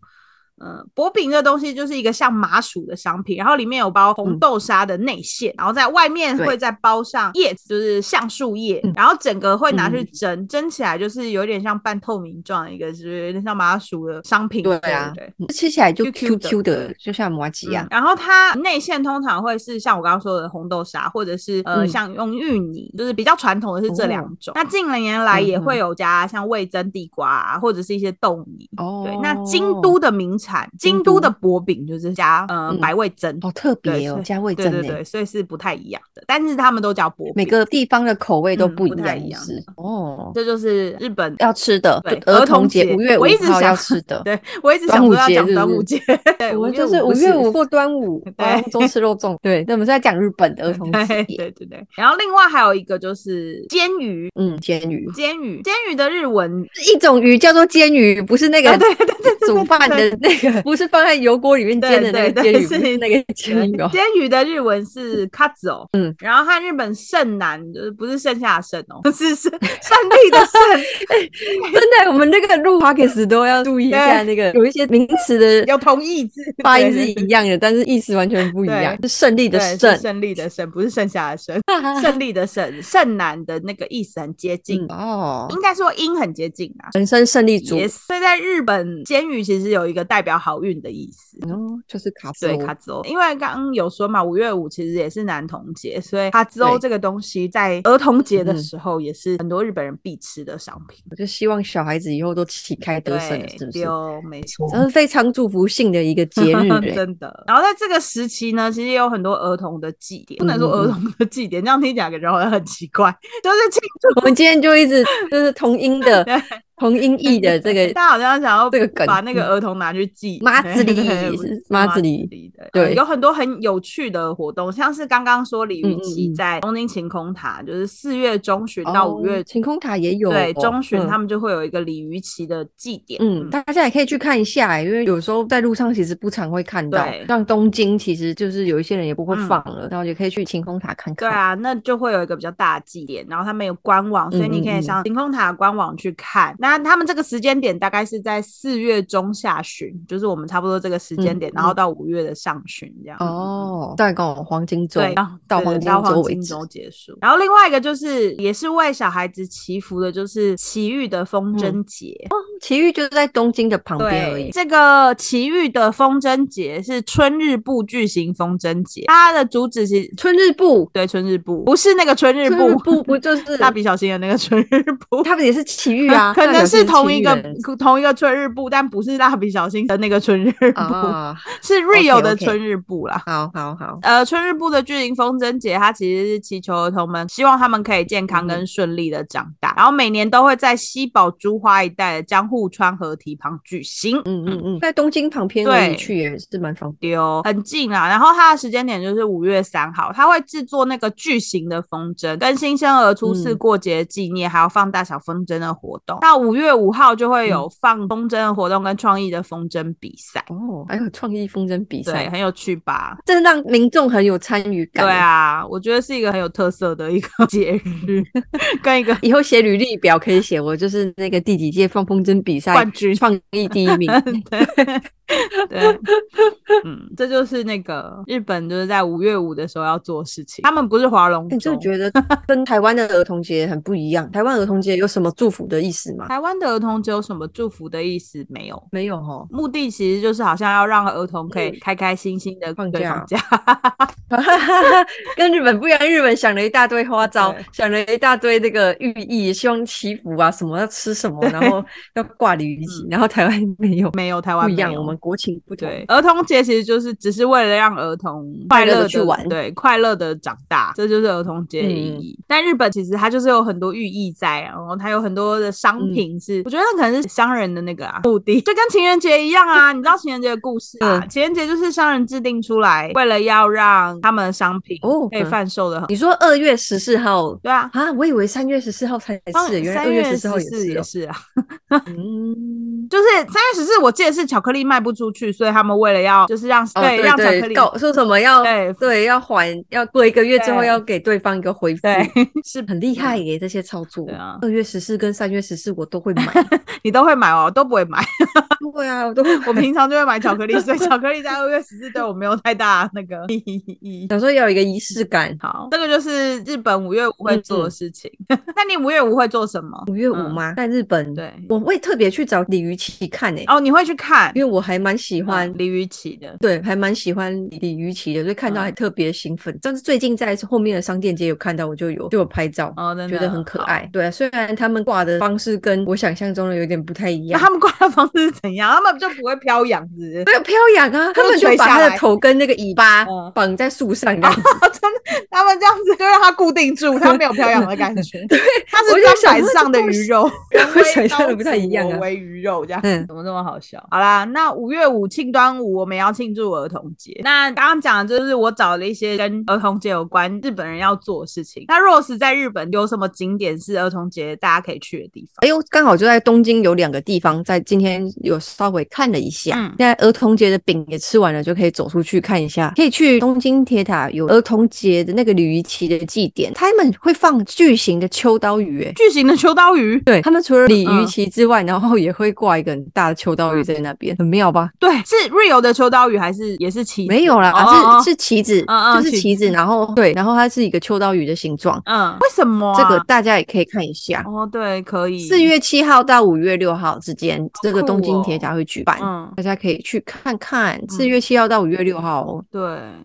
[SPEAKER 1] 嗯，薄饼这东西就是一个像麻薯的商品，然后里面有包红
[SPEAKER 2] 嗯
[SPEAKER 1] 豆沙的内馅，然后在外面
[SPEAKER 2] 对
[SPEAKER 1] 会再包上叶子，就是橡树叶，
[SPEAKER 2] 嗯
[SPEAKER 1] 然后整个会拿去
[SPEAKER 2] 嗯
[SPEAKER 1] 蒸，蒸起来就是有点像半透明状的一个，就是有点像麻薯的商品。
[SPEAKER 2] 对啊
[SPEAKER 1] 对，
[SPEAKER 2] 吃起来就
[SPEAKER 1] QQ 的
[SPEAKER 2] QQ 的，就像麻吉
[SPEAKER 1] 嗯
[SPEAKER 2] 啊。
[SPEAKER 1] 然后它内馅通常会是像我刚刚说的红豆沙，或者是呃、
[SPEAKER 2] 嗯哦
[SPEAKER 1] 像用芋泥，就是比较传统的是这两种。那近年
[SPEAKER 2] 嗯
[SPEAKER 1] 来也会有加像味增地瓜啊，或者是一些豆泥。
[SPEAKER 2] 哦
[SPEAKER 1] 嗯对，那京都的名产，京都的
[SPEAKER 2] 京
[SPEAKER 1] 薄饼就是加呃、
[SPEAKER 2] 嗯
[SPEAKER 1] 白味增。
[SPEAKER 2] 好特
[SPEAKER 1] 对
[SPEAKER 2] 别哦
[SPEAKER 1] 所，以
[SPEAKER 2] 加味
[SPEAKER 1] 对
[SPEAKER 2] 增
[SPEAKER 1] 对
[SPEAKER 2] 诶，
[SPEAKER 1] 对，所以是不太一样的，但是他们都叫薄饼。
[SPEAKER 2] 每个地方的口味都
[SPEAKER 1] 嗯
[SPEAKER 2] 不一
[SPEAKER 1] 不太一样
[SPEAKER 2] 样，是哦。
[SPEAKER 1] 这就是日本
[SPEAKER 2] 要吃的
[SPEAKER 1] 对，
[SPEAKER 2] 儿
[SPEAKER 1] 童
[SPEAKER 2] 节五月五
[SPEAKER 1] 我一直
[SPEAKER 2] 号
[SPEAKER 1] 想
[SPEAKER 2] 要吃的，
[SPEAKER 1] 对我一直想
[SPEAKER 2] 端午
[SPEAKER 1] 说要
[SPEAKER 2] 节
[SPEAKER 1] 讲
[SPEAKER 2] 是不
[SPEAKER 1] 端午
[SPEAKER 2] 是
[SPEAKER 1] 节，对，
[SPEAKER 2] 我们就是五
[SPEAKER 1] 不
[SPEAKER 2] 月五过端午，
[SPEAKER 1] 对
[SPEAKER 2] 然后都吃肉粽。对，那我们是在讲日本儿童
[SPEAKER 1] 对
[SPEAKER 2] 节，
[SPEAKER 1] 对对对，然后另外还有一个就是煎鱼，
[SPEAKER 2] 嗯，煎鱼
[SPEAKER 1] 煎鱼，煎鱼的日文
[SPEAKER 2] 一种鱼叫做煎鱼，不是那
[SPEAKER 1] 啊
[SPEAKER 2] 个
[SPEAKER 1] 对对对对对
[SPEAKER 2] 煮饭
[SPEAKER 1] 对
[SPEAKER 2] 的那个， 不是放在油锅里面煎的那个煎
[SPEAKER 1] 对对
[SPEAKER 2] 鱼，不
[SPEAKER 1] 对
[SPEAKER 2] 是那个煎鱼哦。
[SPEAKER 1] 煎鱼的日文是 katsu，嗯
[SPEAKER 2] 嗯，
[SPEAKER 1] 然后和日本剩男就是不是剩下的剩哦， 是是胜利的 胜，
[SPEAKER 2] 真的，我们那个录 p o d c a s 都要注意一下那个，有一些名词的
[SPEAKER 1] 有同义字，
[SPEAKER 2] 发音
[SPEAKER 1] 对
[SPEAKER 2] 是一样的，但是意思完全不一样。是胜利的
[SPEAKER 1] 对对
[SPEAKER 2] 胜啊
[SPEAKER 1] 是，胜利的胜，不是剩下 的剩，胜利的胜，剩男的那个意思很接近
[SPEAKER 2] 嗯，哦，
[SPEAKER 1] 应该说音很接近啊。
[SPEAKER 2] 人生胜利组
[SPEAKER 1] yes，所以在日本，煎鱼其实有一个代表好运的意思。
[SPEAKER 2] 哦，就是卡斯
[SPEAKER 1] 对
[SPEAKER 2] 欧
[SPEAKER 1] 卡兹哦欧，因为刚刚有说嘛，五月五其实也是男童节，所以卡兹欧
[SPEAKER 2] 对
[SPEAKER 1] 这个东西在儿童节的
[SPEAKER 2] 嗯
[SPEAKER 1] 时候也是很多日本人必吃的商品。
[SPEAKER 2] 我就希望小孩子以后都旗开得胜了，是不是？
[SPEAKER 1] 丢没错。嗯
[SPEAKER 2] 这是非常祝福性的一个 节日欸
[SPEAKER 1] 真的，然后在这个时期呢，其实也有很多儿童的祭典，不能
[SPEAKER 2] 嗯
[SPEAKER 1] 说儿童的祭典，这样听起来感觉好像很奇怪，就是 庆
[SPEAKER 2] 我们今天就一直就是同音 的
[SPEAKER 1] 对、
[SPEAKER 2] 同音异的这
[SPEAKER 1] 祝，
[SPEAKER 2] 个
[SPEAKER 1] 大家好像想要
[SPEAKER 2] 这个梗
[SPEAKER 1] 把那个
[SPEAKER 2] 嗯
[SPEAKER 1] 儿童拿去祭
[SPEAKER 2] 妈子
[SPEAKER 1] 对
[SPEAKER 2] 里
[SPEAKER 1] 对
[SPEAKER 2] 是
[SPEAKER 1] 是
[SPEAKER 2] 妈子
[SPEAKER 1] 里
[SPEAKER 2] 里
[SPEAKER 1] 的，
[SPEAKER 2] 对
[SPEAKER 1] 呃有很多很有趣的活动，像是刚刚说李
[SPEAKER 2] 嗯
[SPEAKER 1] 玉
[SPEAKER 2] 嗯
[SPEAKER 1] 琦
[SPEAKER 2] 嗯
[SPEAKER 1] 在东京晴空塔，就是四月中旬到五月
[SPEAKER 2] 哦晴空塔也有
[SPEAKER 1] 对，
[SPEAKER 2] 哦
[SPEAKER 1] 中旬
[SPEAKER 2] 嗯
[SPEAKER 1] 他们就会有一个鲤鱼旗的祭典。
[SPEAKER 2] 嗯，大家也可以去看一下欸、因为有时候在路上其实不常会看到
[SPEAKER 1] 对，
[SPEAKER 2] 像东京其实就是有一些人也不会
[SPEAKER 1] 嗯
[SPEAKER 2] 放了，然后也可以去晴空塔看
[SPEAKER 1] 对啊
[SPEAKER 2] 看。
[SPEAKER 1] 啊，那就会有一个比较大的祭典，然后他们有官网，所以你
[SPEAKER 2] 嗯
[SPEAKER 1] 可
[SPEAKER 2] 嗯
[SPEAKER 1] 以
[SPEAKER 2] 嗯
[SPEAKER 1] 上晴空塔的官网去看。那那他们这个时间点大概是在四月中下旬，就是我们差不多这个时间点，
[SPEAKER 2] 嗯
[SPEAKER 1] 然后到五月的上旬这样。嗯
[SPEAKER 2] 哦，大概跟我黄金周
[SPEAKER 1] 对，啊
[SPEAKER 2] 到
[SPEAKER 1] 对
[SPEAKER 2] 黄
[SPEAKER 1] 到
[SPEAKER 2] 金周
[SPEAKER 1] 黄
[SPEAKER 2] 为
[SPEAKER 1] 金
[SPEAKER 2] 止。
[SPEAKER 1] 周结束。然后另外一个就是，也是为小孩子祈福的，就是奇遇的
[SPEAKER 2] 嗯
[SPEAKER 1] 风筝节。
[SPEAKER 2] 奇遇就是在东京的旁边哦而
[SPEAKER 1] 对
[SPEAKER 2] 已，。
[SPEAKER 1] 这个奇遇的风筝节是春日部巨型风筝节，它的主旨是
[SPEAKER 3] 春日部，
[SPEAKER 1] 对春日部，不是那个春日
[SPEAKER 3] 春
[SPEAKER 1] 部
[SPEAKER 3] 日，部不 就是
[SPEAKER 1] 蜡笔小新的那个春日 部。
[SPEAKER 3] 他们也是奇遇啊？
[SPEAKER 1] 可能是同一个
[SPEAKER 3] 代表是奇遇人
[SPEAKER 1] 同一个春日部，但不是蜡笔小新的那个春日 部，
[SPEAKER 2] 啊，
[SPEAKER 1] 是 Rio 的
[SPEAKER 2] OK，OK
[SPEAKER 1] 春日部啦。
[SPEAKER 2] 好好好，
[SPEAKER 1] 呃，春日部的巨灵风筝节，它其实是祈求儿童们，希望他们可以健康跟顺利的长大。然后每年都会在西宝珠花一带的江户川河堤旁举行。
[SPEAKER 2] 嗯嗯嗯，在东京旁边而
[SPEAKER 1] 对
[SPEAKER 2] 已，去也是蛮方便。
[SPEAKER 1] 丢很近啊，然后它的时间点就是五月三号，它会制作那个巨型的风筝，跟新生儿初次
[SPEAKER 2] 嗯
[SPEAKER 1] 过节纪念，还有放大小风筝的活动。那五月五号就
[SPEAKER 2] 嗯
[SPEAKER 1] 会有放风筝的活动跟创意的风筝比赛，
[SPEAKER 2] 哦，还有创意风筝比
[SPEAKER 1] 对，
[SPEAKER 2] 赛，
[SPEAKER 1] 很有趣吧？
[SPEAKER 2] 这让民众很有参与感。
[SPEAKER 1] 对，啊，我觉得是一个很有特色的一个节日， 跟一个
[SPEAKER 2] 以后写履历表可以写我就是那个第几届放风筝比赛
[SPEAKER 1] 冠军
[SPEAKER 2] 创意第一 名。哎
[SPEAKER 1] 对，嗯，这就是那个日本就是在五月五的时候要做的事情。他们不是划龙
[SPEAKER 2] 你就
[SPEAKER 1] 舟，
[SPEAKER 2] 哎觉得跟台湾的儿童节很不一样。台湾儿童节有什么祝福的意思吗？
[SPEAKER 1] 台湾的儿童节有什么祝福的意思没有？
[SPEAKER 2] 没有哦，
[SPEAKER 1] 目的其实就是好像要让儿童可以
[SPEAKER 2] 嗯
[SPEAKER 1] 开开心心的
[SPEAKER 2] 放
[SPEAKER 1] 对
[SPEAKER 2] 假
[SPEAKER 1] 放假，
[SPEAKER 2] 跟日本不一样。日本想了一大堆花招
[SPEAKER 1] 对，
[SPEAKER 2] 想了一大堆那个寓意，希望祈福啊，什么要吃什么，然后 要挂鲤鱼旗，然后台湾没有，
[SPEAKER 1] 嗯没有台湾
[SPEAKER 2] 不一
[SPEAKER 1] 没
[SPEAKER 2] 样，
[SPEAKER 1] 有
[SPEAKER 2] 我们国情不同。
[SPEAKER 1] 对儿童节其实就是只是为了让儿童
[SPEAKER 2] 快乐地
[SPEAKER 1] 乐地
[SPEAKER 2] 去玩嗯
[SPEAKER 1] 对，快乐的长大，这就是儿童节的意义。但日本其实它就是有很多寓意在，啊然后它有很多的商
[SPEAKER 2] 嗯
[SPEAKER 1] 品是，我觉得那可能是商人的那个啊目的，就跟情人节一 样啊。你知道情人节的故事啊？
[SPEAKER 2] 嗯
[SPEAKER 1] 情人节就是商人制定出来，为了要让他们的商品
[SPEAKER 2] 哦
[SPEAKER 1] 可以贩售的很，
[SPEAKER 2] 你说二月十四号
[SPEAKER 1] 对啊。
[SPEAKER 2] 啊，我以为三月十四号才是，原来
[SPEAKER 1] 三
[SPEAKER 2] 二
[SPEAKER 1] 月
[SPEAKER 2] 十四号
[SPEAKER 1] 14
[SPEAKER 2] 是
[SPEAKER 1] 也
[SPEAKER 2] 哦。
[SPEAKER 1] 是啊，
[SPEAKER 2] 嗯，
[SPEAKER 1] 就是三月十四，我记得是巧克力卖不出去，所以他们为了要就是让、
[SPEAKER 2] 哦
[SPEAKER 1] 让巧克
[SPEAKER 2] 对，
[SPEAKER 1] 力
[SPEAKER 2] 告说什么要
[SPEAKER 1] 对
[SPEAKER 2] 对要还要过一个月之后
[SPEAKER 1] 对
[SPEAKER 2] 要给对方一个回复，
[SPEAKER 1] 对是
[SPEAKER 2] 很厉害耶，这些操作
[SPEAKER 1] 对啊。
[SPEAKER 2] 二月十四跟三月十四我都会 买，
[SPEAKER 1] 你都会买哦，都不会买。
[SPEAKER 2] 对啊，我都会
[SPEAKER 1] 我平常就会买巧克力， 所以巧克力在二月十四对我没有太大那个意义。
[SPEAKER 2] 想说要有一个仪式感。
[SPEAKER 1] 好，这个就是日本五月五会
[SPEAKER 2] 嗯
[SPEAKER 1] 做的事情。 那你五月五会做什么？
[SPEAKER 2] 五月五
[SPEAKER 1] 嗯
[SPEAKER 2] 吗？在日本，
[SPEAKER 1] 对，
[SPEAKER 2] 我会特别去找鲤鱼旗看诶，
[SPEAKER 1] 哦，你会去看
[SPEAKER 2] 因为我还蛮喜欢
[SPEAKER 1] 嗯李雨琦的。
[SPEAKER 2] 对，还蛮喜欢鲤鱼旗的，所以看到还
[SPEAKER 1] 嗯
[SPEAKER 2] 特别兴奋。但是最近在后面的商店街有看到，我就有就有拍照，
[SPEAKER 1] 哦，真的
[SPEAKER 2] 觉得很可。
[SPEAKER 1] 好
[SPEAKER 2] 爱。对，啊虽然他们挂的方式跟我想象中的有点不太一
[SPEAKER 1] 那
[SPEAKER 2] 样。
[SPEAKER 1] 他们挂的方式是怎样？他们就不会飘扬，是不是？
[SPEAKER 2] 没有飘扬啊，他
[SPEAKER 1] 就是
[SPEAKER 2] 们就
[SPEAKER 1] 垂
[SPEAKER 2] 把
[SPEAKER 1] 下
[SPEAKER 2] 他
[SPEAKER 1] 来
[SPEAKER 2] 的头跟那个尾巴
[SPEAKER 1] 嗯
[SPEAKER 2] 绑在树上， 这样子。
[SPEAKER 1] 真的，他们这样子就让它固定住，它没有飘扬的感觉。 对，它
[SPEAKER 2] 我
[SPEAKER 1] 是
[SPEAKER 2] 就想
[SPEAKER 1] 砧板
[SPEAKER 2] 说
[SPEAKER 1] 上的
[SPEAKER 2] 这东
[SPEAKER 1] 鱼
[SPEAKER 2] 西
[SPEAKER 1] 肉，
[SPEAKER 2] 跟我
[SPEAKER 1] 微
[SPEAKER 2] 想象的
[SPEAKER 1] 刀
[SPEAKER 2] 不太
[SPEAKER 1] 俎
[SPEAKER 2] 一样
[SPEAKER 1] 我
[SPEAKER 2] 啊
[SPEAKER 1] 为鱼肉这样，
[SPEAKER 2] 嗯
[SPEAKER 1] 怎么这么好笑？好啦，那五月五庆端午，我们也要庆祝儿童节。那刚刚讲的就是我找了一些跟儿童节有关日本人要做的事情。那 Rose 在日本有什么景点是儿童节大家可以去的地方？
[SPEAKER 2] 哎呦，刚好就在东京有两个地方，在今天有稍微看了一下。
[SPEAKER 1] 嗯
[SPEAKER 2] 现在儿童节的饼也吃完了，就可以走出去看一下。可以去东京铁塔有儿童节的那个鲤鱼旗的祭典，他们会放巨型的秋刀鱼、哎，
[SPEAKER 1] 巨型的秋刀鱼，
[SPEAKER 2] 对他们除了鲤
[SPEAKER 1] 嗯
[SPEAKER 2] 鱼旗之外，然后也会挂一个很大的秋刀鱼在那边，很妙吧？
[SPEAKER 1] 对，是 Rio 的秋刀鱼还是也是旗子？
[SPEAKER 2] 没有啦，
[SPEAKER 1] 哦
[SPEAKER 2] 是是旗子，
[SPEAKER 1] 嗯嗯
[SPEAKER 2] 就是
[SPEAKER 1] 旗
[SPEAKER 2] 旗子，
[SPEAKER 1] 子
[SPEAKER 2] 然后对，然后它是一个秋刀鱼的形状，
[SPEAKER 1] 嗯，为什么、啊？
[SPEAKER 2] 这个大家也可以看一下。
[SPEAKER 1] 哦，对，可以
[SPEAKER 2] 四月七号到五月六号之间，这个东京铁塔会举办，
[SPEAKER 1] 嗯，
[SPEAKER 2] 大家可以去看看。四月七号到五月六号哦、
[SPEAKER 1] 对。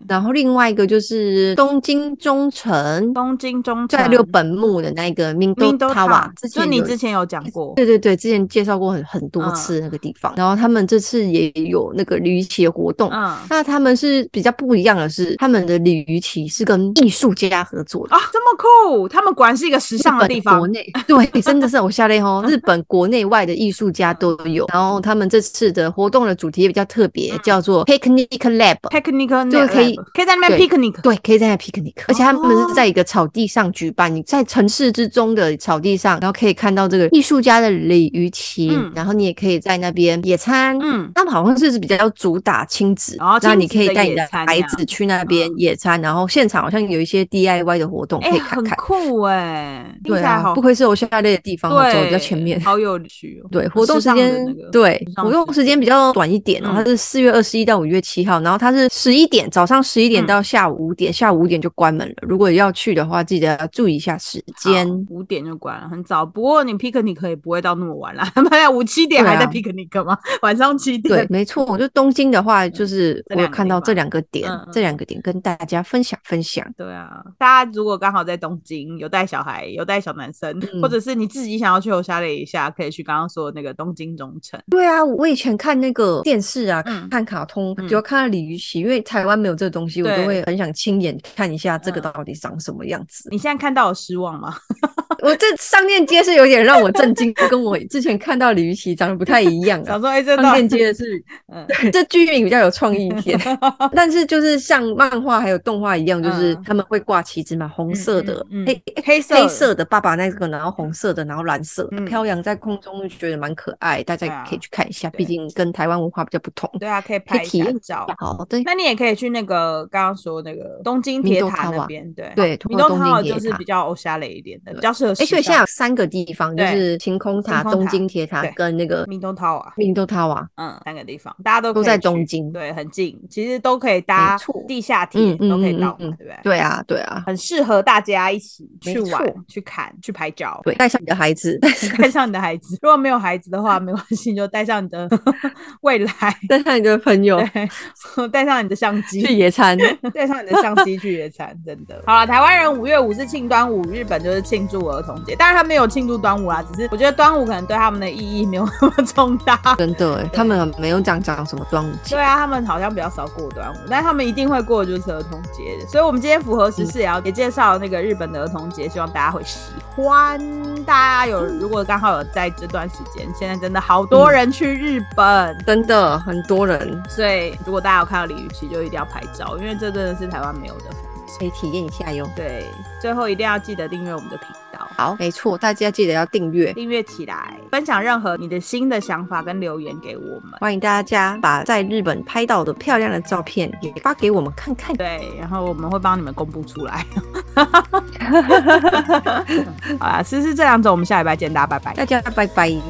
[SPEAKER 2] 然后另外一个就是东京中城，
[SPEAKER 1] 东京中
[SPEAKER 2] 在
[SPEAKER 1] 城
[SPEAKER 2] 六本木的那个 Mindo
[SPEAKER 1] Mindo
[SPEAKER 2] Tower，
[SPEAKER 1] Town，
[SPEAKER 2] 之
[SPEAKER 1] 就
[SPEAKER 2] 前
[SPEAKER 1] 你
[SPEAKER 2] 有
[SPEAKER 1] 之前有讲过，
[SPEAKER 2] 对对对，之前介绍过很很多
[SPEAKER 1] 嗯
[SPEAKER 2] 次那个地方。然后他们这次也有那个鲤鱼旗的活动。
[SPEAKER 1] 嗯啊，
[SPEAKER 2] 那他们是比较不一样的是，他们的鲤鱼旗是跟艺术家合作的。
[SPEAKER 1] 这么酷，他们果然是一个时
[SPEAKER 2] 日
[SPEAKER 1] 尚的
[SPEAKER 2] 本
[SPEAKER 1] 地 方
[SPEAKER 2] 国，内对，真的是我下列哦，日本国内外的艺术家都有，然后他们这次的活动的主题也比较特别，
[SPEAKER 1] 嗯
[SPEAKER 2] 叫做 Picnic Lab。
[SPEAKER 1] picnic
[SPEAKER 2] 就可以
[SPEAKER 1] lab 可以在那边
[SPEAKER 2] 对
[SPEAKER 1] picnic，
[SPEAKER 2] 对，可以在那 picnic，而且他们是在一个草地上举办，你在城市之中的草地上，然后可以看到这个艺术家的鲤鱼旗，
[SPEAKER 1] 嗯
[SPEAKER 2] 然后你也可以在那边野餐。
[SPEAKER 1] 嗯，
[SPEAKER 2] 他们好像是比较主打亲子，
[SPEAKER 1] 哦
[SPEAKER 2] 那你
[SPEAKER 1] 亲
[SPEAKER 2] 可以
[SPEAKER 1] 子的
[SPEAKER 2] 带你
[SPEAKER 1] 野
[SPEAKER 2] 的
[SPEAKER 1] 餐
[SPEAKER 2] 孩
[SPEAKER 1] 这样嗯
[SPEAKER 2] 子去那边野餐，然后现场好像有一些 DIY 的活动
[SPEAKER 1] 哎、
[SPEAKER 2] 可以看
[SPEAKER 1] 很
[SPEAKER 2] 看。
[SPEAKER 1] 酷哎、听
[SPEAKER 2] 对
[SPEAKER 1] 起来
[SPEAKER 2] 啊，
[SPEAKER 1] 好
[SPEAKER 2] 不愧是我下列的地方，我走
[SPEAKER 1] 对
[SPEAKER 2] 得比较前面。
[SPEAKER 1] 好有趣哦。
[SPEAKER 2] 对，
[SPEAKER 1] 很
[SPEAKER 2] 活动
[SPEAKER 1] 时
[SPEAKER 2] 时
[SPEAKER 1] 尚的
[SPEAKER 2] 间、
[SPEAKER 1] 那个
[SPEAKER 2] 对
[SPEAKER 1] 时尚
[SPEAKER 2] 活动
[SPEAKER 1] 时
[SPEAKER 2] 时间比较短一点哦，
[SPEAKER 1] 嗯
[SPEAKER 2] 它是四月二十一到五月七号，然后它是十一点早上十一点
[SPEAKER 1] 嗯
[SPEAKER 2] 到下午五点，下午五点就关门了。如果要去的话，记得要注意一下时间。
[SPEAKER 1] 五点就关了，很早。不过你 picnic 也不会到那么晚啦，他 们在五七点还在
[SPEAKER 2] 对
[SPEAKER 1] picnic 吗？ 晚上七
[SPEAKER 2] 啊对
[SPEAKER 1] 点，。
[SPEAKER 2] 没错，就东京的话，就是
[SPEAKER 1] 嗯这
[SPEAKER 2] 我有
[SPEAKER 1] 两个
[SPEAKER 2] 看
[SPEAKER 1] 地
[SPEAKER 2] 到这
[SPEAKER 1] 方
[SPEAKER 2] 两个点，
[SPEAKER 1] 嗯
[SPEAKER 2] 这两个点跟大家分享分享。
[SPEAKER 1] 对啊，大家如果刚好在东京，有带小孩，有带小男生，
[SPEAKER 2] 嗯
[SPEAKER 1] 或者是你自己想要去我下了一下，可以去刚刚说的那个东京中城。
[SPEAKER 2] 对啊，我以前看那个电视啊，
[SPEAKER 1] 嗯
[SPEAKER 2] 看卡通，
[SPEAKER 1] 嗯
[SPEAKER 2] 就看到鲤鱼旗，因为台湾没有这个东西，我
[SPEAKER 1] 对
[SPEAKER 2] 都会很想亲眼看一下这个
[SPEAKER 1] 嗯
[SPEAKER 2] 到底长什么样子。
[SPEAKER 1] 你现在看到有失 望吗？
[SPEAKER 2] 我这上链接是有点让我震惊，跟我之前看到鲤鱼旗长得不太一样
[SPEAKER 1] 想
[SPEAKER 2] 啊。
[SPEAKER 1] 说，哎、这
[SPEAKER 2] 上
[SPEAKER 1] 到
[SPEAKER 2] 链接的是，
[SPEAKER 1] 嗯，
[SPEAKER 2] 这剧名比较有创意一 点，但是就是像漫画还有动画一样，就是
[SPEAKER 1] 嗯
[SPEAKER 2] 他们会挂旗子嘛，红色的、
[SPEAKER 1] 嗯嗯嗯
[SPEAKER 2] 黑
[SPEAKER 1] 黑色
[SPEAKER 2] 黑色的爸爸那个，然后红色的，然后蓝色
[SPEAKER 1] 嗯
[SPEAKER 2] 飘扬在空中，就觉得蛮可爱，大家
[SPEAKER 1] 对啊
[SPEAKER 2] 也可以去看一下，
[SPEAKER 1] 对
[SPEAKER 2] 毕竟跟台湾文化比较不同。
[SPEAKER 1] 对啊，可以
[SPEAKER 2] 可以
[SPEAKER 1] 拍一
[SPEAKER 2] 体
[SPEAKER 1] 下
[SPEAKER 2] 验
[SPEAKER 1] 照。
[SPEAKER 2] 好，对，
[SPEAKER 1] 那你也可以去那个刚刚说那个东京铁塔那边，对
[SPEAKER 2] 对
[SPEAKER 1] 米豆
[SPEAKER 2] 东
[SPEAKER 1] 塔
[SPEAKER 2] 京铁
[SPEAKER 1] 就是
[SPEAKER 2] 塔
[SPEAKER 1] 比较欧沙雷一点的，比
[SPEAKER 2] 对
[SPEAKER 1] 较适合时
[SPEAKER 2] 哎，
[SPEAKER 1] 尚。
[SPEAKER 2] 所以现在有三个地方，就
[SPEAKER 1] 对
[SPEAKER 2] 是晴空塔、
[SPEAKER 1] 晴空
[SPEAKER 2] 东
[SPEAKER 1] 塔
[SPEAKER 2] 京铁塔
[SPEAKER 1] 对
[SPEAKER 2] 跟那个
[SPEAKER 1] 米豆塔啊，
[SPEAKER 2] 明都塔瓦。
[SPEAKER 1] 嗯，三个地方大家都
[SPEAKER 2] 都
[SPEAKER 1] 可以
[SPEAKER 2] 在
[SPEAKER 1] 去
[SPEAKER 2] 东京
[SPEAKER 1] 对，很近，其实都可以搭
[SPEAKER 2] 没错
[SPEAKER 1] 地下铁，
[SPEAKER 2] 嗯嗯
[SPEAKER 1] 都可以到嘛，
[SPEAKER 2] 嗯嗯嗯
[SPEAKER 1] 对不对？
[SPEAKER 2] 对啊，对啊，
[SPEAKER 1] 很适合大家一起去
[SPEAKER 2] 没错
[SPEAKER 1] 玩、去看、去拍照。
[SPEAKER 2] 对，带上你的孩子，带上
[SPEAKER 1] 带上你的孩子，如果没有孩子的话，没关系，你就带上你的 未来，
[SPEAKER 2] 带上你的朋友
[SPEAKER 1] 对， 带上你的相机，
[SPEAKER 2] 去野餐。
[SPEAKER 1] 带上你的相机去野餐，真的。好了，台湾人五月五是庆端午，日本就是庆祝儿童节，当然他们也有庆祝端午啦，只是我觉得端午可能对他们的意义没有那么重大。
[SPEAKER 2] 真的欸，他们没有讲讲什么端午节
[SPEAKER 1] 对，啊，他们好像比较少过端午，但他们一定会过的就是儿童节，所以我们今天符合时事也要也介绍那个日本的儿童节，希望大家会喜欢。大家有如果刚好有在这段时间，现在真的好多人去日本，
[SPEAKER 2] 真的很多人
[SPEAKER 1] 所以如果大家有看到鲤鱼旗，就一定要拍照，因为这真的是台湾没有的。
[SPEAKER 2] 可以体验一下哟。
[SPEAKER 1] 对，最后一定要记得订阅我们的频道。
[SPEAKER 2] 好，没错，大家记得要订阅，
[SPEAKER 1] 订阅起来，分享任何你的新的想法跟留言给我们。
[SPEAKER 2] 欢迎大家把在日本拍到的漂亮的照片也发给我们看看。
[SPEAKER 1] 对，然后我们会帮你们公布出来。 好啦，思思这两种，我们下礼拜见，大家拜拜。
[SPEAKER 2] 大家拜拜。